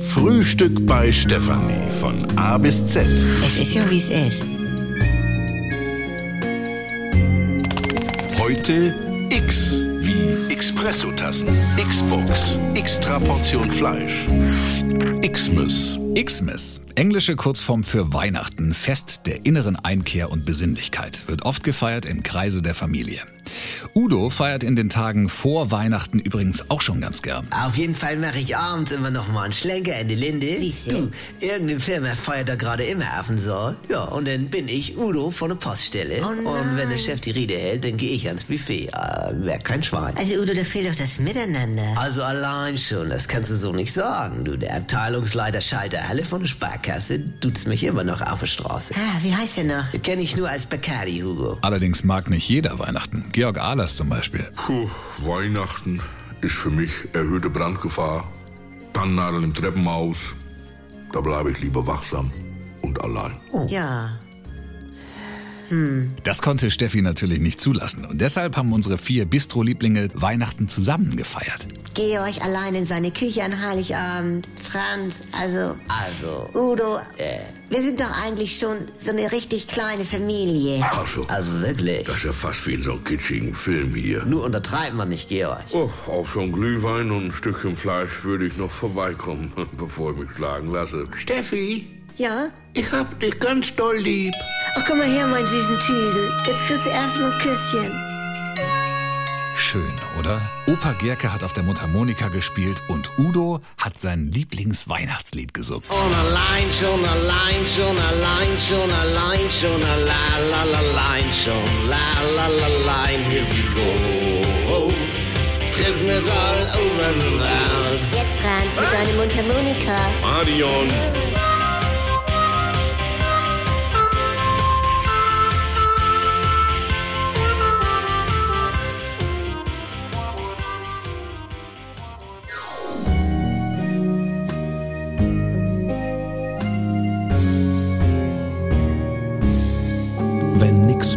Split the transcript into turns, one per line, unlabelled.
Frühstück bei Stefanie von A bis Z.
Es ist ja, wie es ist.
Heute X wie Espresso-Tassen, Xbox, extra Portion Fleisch, Xmas.
Xmas, englische Kurzform für Weihnachten, Fest der inneren Einkehr und Besinnlichkeit, wird oft gefeiert im Kreise der Familie. Udo feiert in den Tagen vor Weihnachten übrigens auch schon ganz gern.
Auf jeden Fall mache ich abends immer noch mal einen Schlenker in die Linde. Du, irgendein Film feiert da gerade immer auf den Saal. Ja, und dann bin ich Udo von der Poststelle.
Oh
und wenn der Chef die Rede hält, dann gehe ich ans Buffet. Äh, merkt kein Schwein.
Also, Udo, da fehlt doch das Miteinander.
Also allein schon, das kannst du so nicht sagen. Du, der Abteilungsleiter Schalter Halle von der Sparkasse tut's mich immer noch auf der Straße.
Ah, wie heißt er noch?
Kenn ich nur als Bacardi, Hugo.
Allerdings mag nicht jeder Weihnachten. Georg Ahlers zum Beispiel.
Puh, Weihnachten ist für mich erhöhte Brandgefahr, Tannennadeln im Treppenhaus. Da bleibe ich lieber wachsam und allein.
Oh. Ja.
Das konnte Steffi natürlich nicht zulassen und deshalb haben unsere vier Bistro-Lieblinge Weihnachten zusammen gefeiert.
Georg allein in seine Küche an Heiligabend. Franz, also.
Also,
Udo, wir sind doch eigentlich schon so eine richtig kleine Familie.
Ach so,
also wirklich.
das ist ja fast wie in so einem kitschigen Film hier.
Nur untertreiben wir nicht, Georg.
Oh, auf so ein Glühwein und ein Stückchen Fleisch würde ich noch vorbeikommen, bevor ich mich schlagen lasse.
Steffi,
Ja?
ich hab dich ganz doll lieb.
Ach, komm mal her, mein süßen Tüdel. Jetzt kriegst du erstmal ein Küsschen.
Schön, oder? Opa Gerke hat auf der Mundharmonika gespielt und Udo hat sein Lieblingsweihnachtslied gesungen.
Und allein schon, allein schon, allein schon, allein schon, la la la allein schon, la la la allein, here we go. Christmas all over the world.
Jetzt, Franz, mit deinem Mundharmonika.
Marion!
Wenn nichts